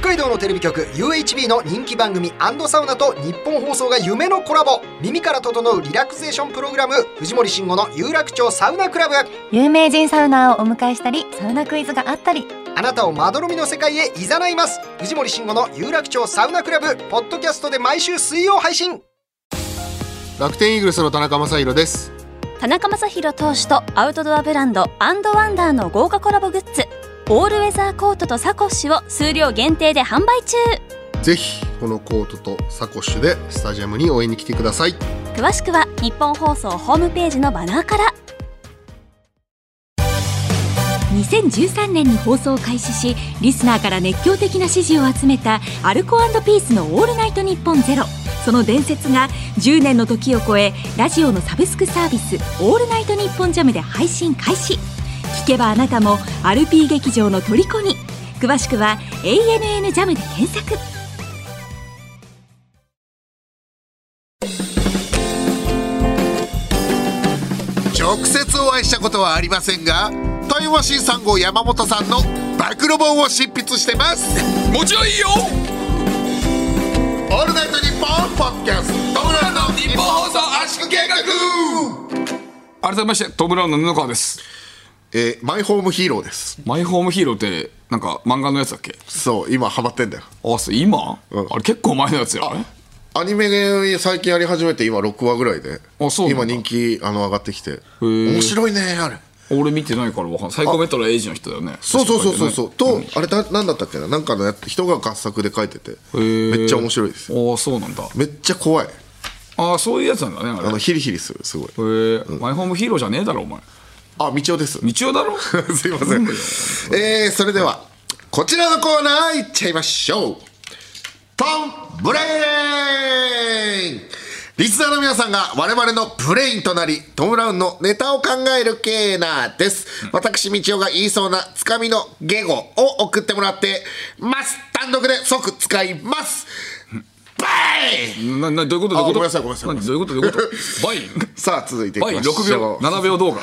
C: 北海道のテレビ局 UHB の人気番組サウナと日本放送が夢のコラボ耳から整うリラクゼーションプログラム藤森慎吾の有楽町サウナクラブ
G: 有名人サウナーをお迎えしたりサウナクイズがあったり
C: あなたをまどろみの世界へいざないます藤森慎吾の有楽町サウナクラブポッドキャストで毎週水曜配信
H: 楽天イーグルスの田中将大です
G: 田中将大投手とアウトドアブランドアンドワンダーの豪華コラボグッズオールウェザーコートとサコッシュを数量限定で販売中
H: ぜひこのコートとサコッシュでスタジアムに応援に来てください
G: 詳しくは日本放送ホームページのバナーから
I: 2013年に放送を開始しリスナーから熱狂的な支持を集めたアルコピースの「オールナイトニッポンゼロその伝説が10年の時を超えラジオのサブスクサービス「オールナイトニッポンジャムで配信開始聞けばあなたもアルピー劇場の虜に詳しくは「ANN ジャムで検索
H: 直接お会いしたことはありませんがタイムマシーン3号山本さんの暴露本を執筆してます
B: もちろんいいよ。
H: オールナイトニッポンポッドキャストトムラウンの
B: 日本放送圧縮計画。改めましてトム・ブラウンの布川です。
A: えーマイホームヒーローです
B: マイホームヒーローってなんか漫画のやつだっけ？
A: そう今ハマってんだよ
B: あ、そう今？
A: うん
B: あれ結構前のやつよね。
A: アニメが最近やり始めて今6話ぐらいで
B: あそうなんだ
A: 今人気あの上がってきて面白いねあれ
B: 俺見てないからわかんない。サイコメトロエイジの人だよね。
A: そうそうそうそうそう、
B: 確か
A: と、あれだなんだったっけななんかのやつ人が合作で書いててめっちゃ面白いです
B: ね。おお、そうなんだ。
A: めっちゃ怖い
B: ああ、そういうやつなんだねあれ。
A: あ
B: へ
A: のヒリヒリするすごい
B: え、マイホームヒーローじゃねえだろお前。
A: あ道夫です
B: 道夫だろ。
A: すいませんえー、それではこちらのコーナーいっちゃいましょうトンブレインリスナーの皆さんが我々のブレインとなり、トム・ブラウンのネタを考えるケーナーです。私、道夫が言いそうなつかみのゲゴを送ってもらってます。単独で即使います。バイ
B: ななどういうことどういう
A: あごめ
B: こと？
A: んなさいごめんなさい
B: 何どういうことどういうこと？バイン。
A: さあ、続いてい
B: バ
A: き
B: イン
A: ましょう。
B: 6秒7秒動画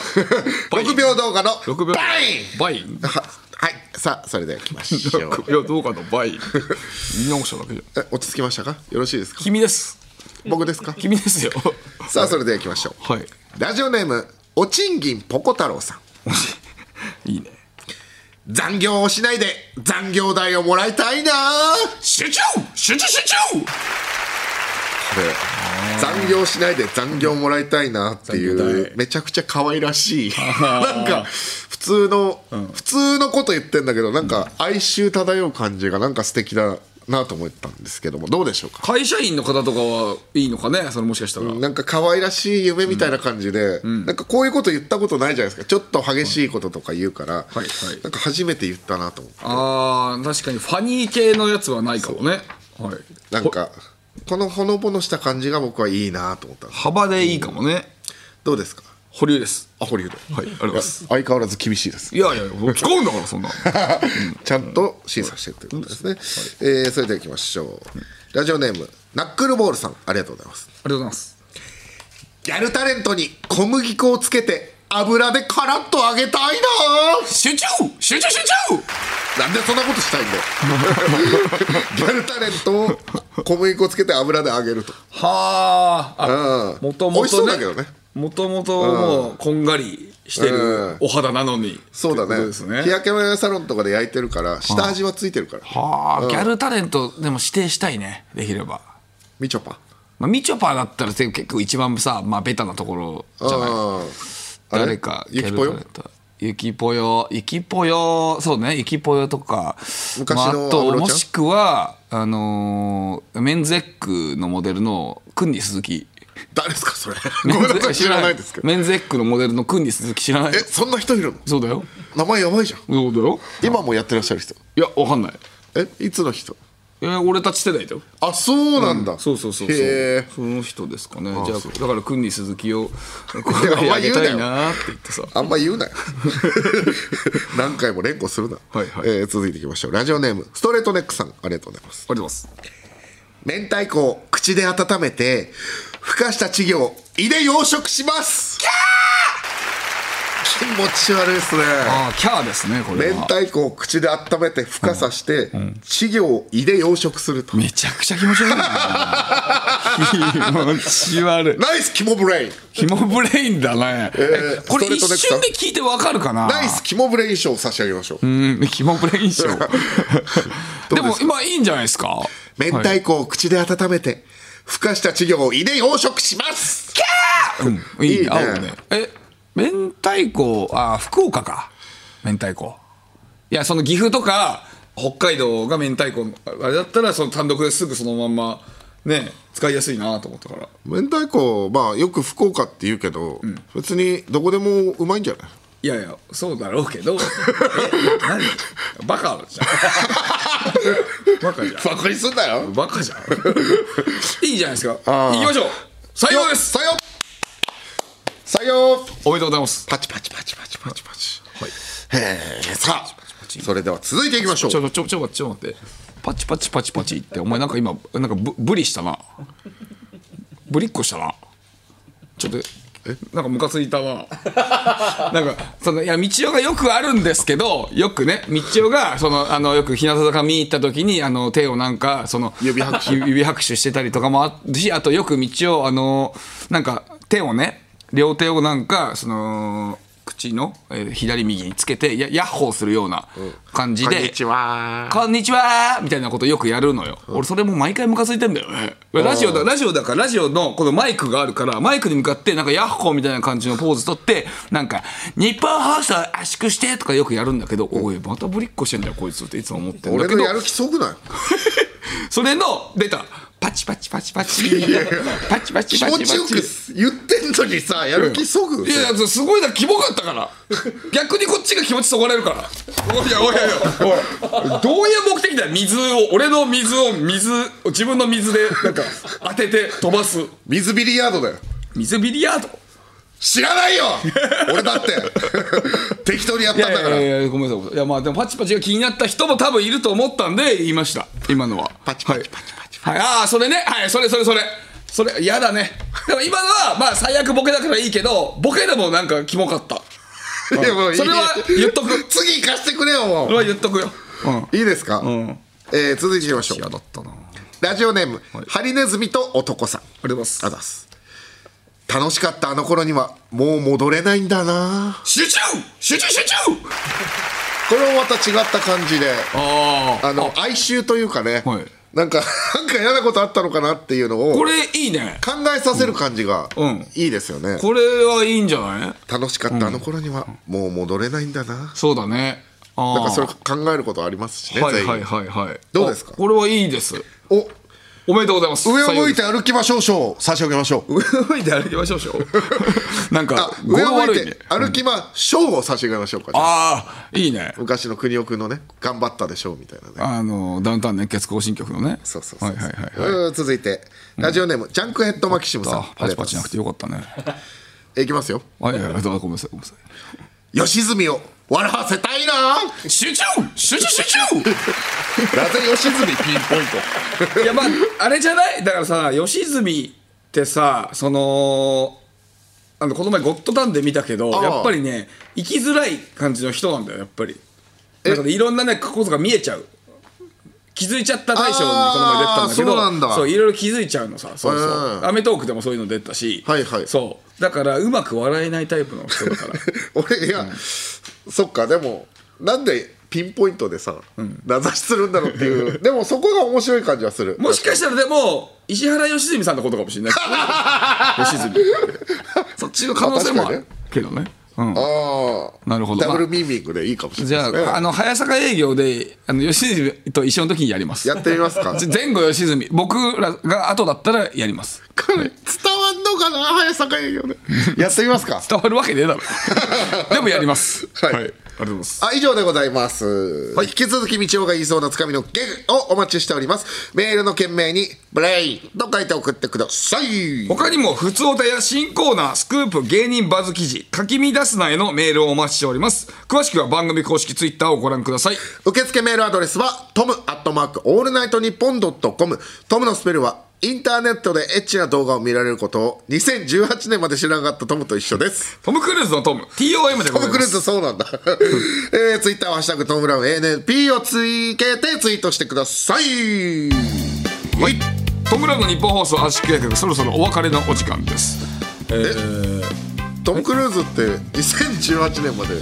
B: バイン
A: 6秒動画の
B: 6秒
A: バイン
B: バイン
A: ははい、さあ、それでは行きましょう。
B: 6秒動画のバイン見直しただけじゃん
A: え落ち着きましたかよろしいですか
B: 君です
A: 僕ですか
B: 君ですよ
A: さあ、それでは行きましょう。
B: はい
A: ラジオネーム、おちんぎんぽこ太郎さん。
B: いいね
A: 残業をしないで残業代をもらいたいな
B: 集中集中集中
A: 残業しないで残業もらいたいなってい
B: 残業代
A: うめちゃくちゃ可愛らしいなんか普通の、普通のこと言ってんだけどなんか哀愁漂う感じがなんか素敵だなと思ったんですけどもどうでしょうか
B: 会社員の方とかはいいのかねそれもしかしたら、
A: なんか可愛らしい夢みたいな感じで、なんかこういうこと言ったことないじゃないですかちょっと激しいこととか言うから、
B: いはい
A: なんか初めて言ったなと思って
B: あー確かにファニー系のやつはないかもねはい
A: なんかこのほのぼのした感じが僕はいいなと思ったんです
B: 幅でいいかもね
A: どうですか
B: 保留です
A: アホリュウド
B: はいありがとうございます
A: 相変わらず厳しいです
B: いやいや使うんだからそんな
A: ちゃんと審査してるということですね、えーそれではいきましょうラジオネームナックルボールさんありがとうございます
B: ありがとうございます
A: ギャルタレントに小麦粉をつけて油でカラッと揚げたい
B: 集中集中集中
A: ななんでそんなことしたいんだよ ギャルタレントを小麦粉つけて油で揚げると
B: はああ
A: うん
B: もとも
A: 美味しそ
B: と
A: うだけどね
B: もともともうこんがりして
A: うん
B: るお肌なのに
A: そうだ
B: ってこと
A: ね
B: ですね
A: 日焼け止めサロンとかで焼いてるから下味はついてるから
B: はあギャルタレントでも指定したいねできれば、
A: みちょぱ
B: まあ、みちょぱだったら結構一番さ、まあ、ベタなところじゃない
A: うんあれ
B: 誰か
A: ゆきぽよ
B: ギャルタレントゆきぽよゆきぽよそうねゆきぽよとか
A: 昔の
B: まあ、あと
A: 安室ちゃん
B: もしくはあのーメンズエッグのモデルのクンニ鈴木
A: 誰ですかそ れごめんなさい知らないですけど
B: メンズエッグのモデルのクンニ鈴木知らない
A: えそんな人いるの
B: そうだよ
A: 名前やばいじゃん
B: そうだよ
A: 今もやってらっしゃる人
B: いやわかんない
A: えいつの人
B: え俺たち世代だよ
A: あそうなんだ、
B: そうそうそう
A: へ
B: そう
A: え
B: その人ですかねじゃあだからクンニ鈴木をこ
A: いや
B: う
A: まあ
B: やり
A: 言う
B: た
A: なよ
B: いなーって言ってさ
A: あんま言うなよ 何回も連呼するな、
B: はいはい
A: えー続いていきましょうラジオネームストレートネックさんありがとうございます
B: ありがとうございます
A: 明太子を口で温めてふかした稚魚を胃で養殖します気持ち悪いですね
B: ああキャーですねこれ
A: 明
B: は
A: 太子を口で温めてふかさして稚魚を胃で養殖すると
B: めちゃくちゃ気持ち悪 いな気持ち悪い
A: ナイスキモブレイン
B: キモブレインだね、
A: えー
B: これ
A: ストレートネ
B: 一
A: ックさん
B: 瞬で聞いてわかるかな
A: ナイスキモブレイン賞を差し上げましょう
B: うんキモブレイン賞 でも
A: か
B: 今いいんじゃないですか
A: 明太子を口で温めてふかした稚魚を胃で養殖します
B: いい
A: いいね
B: 合うねえ明太子あ福岡か明太子いやその岐阜とか北海道が明太子あれだったらその単独ですぐそのまんまね使いやすいなと思ったから
A: 明太子まあよく福岡って言うけど、別にどこでもうまいんじゃない
B: いやいやそうだろうけどえ何バカじゃん バカじゃん
A: バカにすんなよ
B: バカじゃんいいじゃないですか行きましょう採用です
A: 採用採用
B: おめでとうございます
A: パチパチパチパチパチパチはいへえさあそれでは続いていきましょう
B: ちょちょちょ待ってちょ待ってパチパチパチパチってお前なんか今なんかぶぶりしたなぶりっこしたなちょっとなんかムカついたななんかそのいや道夫がよくあるんですけどよくね道夫がそのあのよく日向坂見に行った時にあの手をなんかその
A: 指拍手
B: 指拍手してたりとかもあるしあとよく道をあのなんか手をね両手をなんかその口の、えー左右につけてやヤッホーするような感じで、
A: は
B: こんにちはみたいなことよくやるのよ、俺それもう毎回ムカついてんだよねラジオだラジオだからラジオのこのマイクがあるからマイクに向かってなんかヤッホーみたいな感じのポーズ取ってなんか「日本放送圧縮して」とかよくやるんだけど「おいまたぶりっこしてんだよこいつ」っていつも思ってんだ
A: 俺
B: け
A: の
B: ど
A: やる気そぐない
B: それの出たパチパチパチパチパチパチ
A: 気
B: パチパ
A: 持
B: チ
A: ちよく言ってんのにさやる気そぐ
B: いやいやすごいなキモかったから逆にこっちが気持ちそがれるからおいやおいやいやおいどういう目的だよ水を俺の水を水自分の水でなんか当てて飛ばす
A: 水ビリヤードだよ
B: 水ビリヤード
A: 知らないよ俺だって 適当にやったんだから
B: やいやごめんなさいいやまあでもパチパチが気になった人も多分いると思ったんで言いました今のは
A: パチパチパチパチ
B: はい、ああそれねはいそれそれそれそれ嫌だねでも今のはまあ最悪ボケだからいいけどボケでもなんかキモかった
A: いやもういい
B: それは言っとく
A: 次行かしてくれよ
B: そ
A: も
B: れは言っとくようん
A: ういいですか、
B: ん
A: えー続いていきましょう
B: 嫌だったなあり
A: ラジオネーム、ハリネズミと男さん
B: がとうございます
A: あざっす楽しかったあの頃にはもう戻れないんだな
B: 集中集中集中
A: これもまた違った感じで
B: ああ
A: あの哀愁というかね、
B: はい
A: なんかなんか嫌なことあったのかなっていうのを
B: こ
A: 考
B: れいいね
A: えさせる感じが
B: うん
A: いいですよね、
B: これはいいんじゃない
A: 楽しかったあの頃にはもう戻れないんだな、
B: そうだねああ
A: なんかそれ考えることありますしね、
B: はい
A: 全員
B: はいはいはい
A: どうですか
B: あこれはいいです
A: お
B: おめでとうございます
A: 上を向いて
B: て
A: 歩きましょう賞差し上げましょう
B: 上を向いて歩きまし ょうしょなん
A: あ
B: か
A: 上を向
B: 悪
A: い
B: いね
A: て歩きましょうを差し上げましょうか、ね
B: ああいいね
A: 昔の国尾君のね頑張ったでしょうみたいなね
B: あのダウンタウン熱血行進曲のね
A: そうそうそう
B: はいはいはいはい
A: うん続いてラジオネーム、ジャンクヘッドマキシムさん
B: あパチパチなくてよかったね
A: えいきますよ
B: あいやいやごめんなさいごめんなさい
A: 吉住を笑わせたいな
B: 集中集中集中
A: なぜ吉住ピンポイン
B: いやまああれじゃないだからさ吉住ってさそのあのこの前「ゴッドタン」で見たけど
A: ああ
B: やっぱりね生きづらい感じの人なんだよやっぱりだからいろんなね過去とか見えちゃう気づいちゃった大賞にこの前出てたんだけど
H: あーそうなんだ
B: いろいろ気づいちゃうのさそうそううんアメトークでもそういうの出たし
A: はいはい
B: そうだからうまく笑えないタイプの人だから
A: 俺いや、そっかでもなんでピンポイントでさ、名指しするんだろうって いうでもそこが面白い感じはする
B: もしかしたらでも石原良純さんのことかもしれない良純そっちの可能性もあるけどねうん
A: ああ
B: なるほど
A: ダブルミーミングでいいかもしれ
B: じ
A: な
B: ゃ
A: いですね
B: あ、あの、早坂営業で、あの、吉住と一緒の時にやります。
A: やってみます か
B: じゃ前後吉住、僕らが後だったらやります。
A: これ伝わんのかな早坂営業で やってみますか
B: 伝わるわけねえだろ。でもやります。
A: はい
B: ありがとうございま す。
A: あ以上でございます、引き続き道夫が言いそうなつかみのゲグをお待ちしておりますメールの件名に「ブレイン」と書いて送ってください
B: 他にも、普通おたや新コーナー、スクープ芸人バズ記事、書き乱すなへのメールをお待ちしております。詳しくは番組公式ツイッターをご覧ください。
A: 受付メールアドレスはトムアットマークオールナイトニッポンドットコムトムのスペルはインターネットでエッチな動画を見られることを2018年まで知らなかったトムと一緒です
B: トム・クルーズのトム、TOM で
A: トム・
B: ございます。
A: クルーズそうなんだ、 えー、ツイッターは「ハッシュタグトム・ブラウン ANP」をつけてツイートしてくださいはい
B: トム・ラウンの日本放送圧縮計画、そろそろお別れのお時間です。
A: トム・クルーズって2018年まで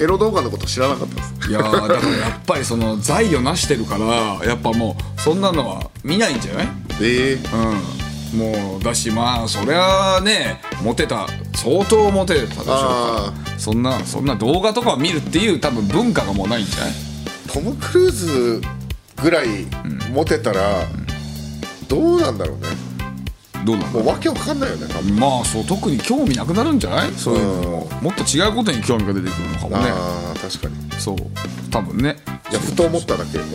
A: エロ動画のこと知らなかったです
B: いやーだからやっぱりその財を成してるからやっぱもうそんなのは見ないんじゃない
A: ええ
B: うんもうだしまあそりゃあねモテた相当モテたでしょう
A: あ
B: からそんなそんな動画とかを見るっていう多分文化がもうないんじゃない
A: トム・クルーズぐらいモテたら、どうなんだろうね
B: どうなの
A: もうわけわかんないよね多分
B: まあそう特に興味なくなるんじゃないそういうのももっと違うことに興味が出てくるのかもね
A: ああ確かに
B: そう多分ね
A: いやふと思っただけ、うん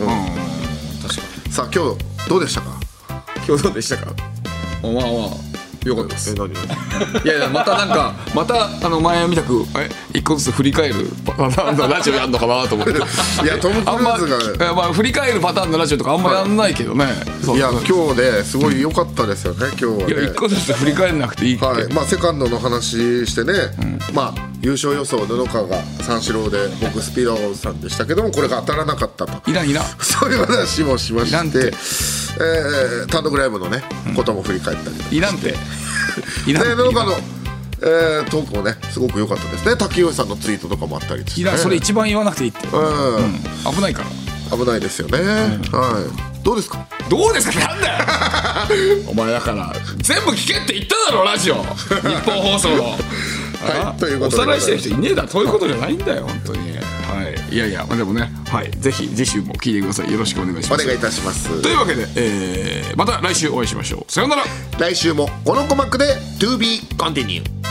A: さあ今日どうでしたか
B: 今日どうでしたかまあまあよかったで す
A: 何
B: いやいやまたなんかまたあの前みたくえ一個ずつ振り返るパターンのラジオやんのかなと思って
A: いやトム・クル
B: あんま
A: ーズが
B: いやまあ振り返るパターンのラジオとかあんまやんないけどね、そう
A: いや今日ねすごい良かったですよね今
B: い
A: 日は
B: や
A: ね
B: 一個ずつ振り返らなくていいって、
A: はいまあセカンドの話してね、まあ優勝予想布川が三四郎で僕スピードさんでしたけどもこれが当たらなかったと
B: い、らんいらん
A: そういう話もしま
B: いら
A: し
B: ん
A: て
B: て
A: えー単独ライブのね、ことも振り返ったり
B: いらんていら ん
A: で
B: て
A: 布川の、えートークもねすごく良かったですね滝上さんのツイートとかもあったりして、ね、
B: いらんそれ一番言わなくていいって、
A: うん
B: 危ないから
A: 危ないですよね、はいどうですか
B: どうですかなんだよお前だから全部聞けって言っただろラジオ日本 放送の
A: はいということで
B: おさらいしてる人いねえだそういうことじゃないんだよ本当にはいいやいやまあでもねはいぜひ次週も聞いてくださいよろしくお願いし
A: お
B: ます
A: 願いいたします
B: というわけで、えーまた来週お会いしましょうさようなら
A: 来週もこの鼓膜で To be continue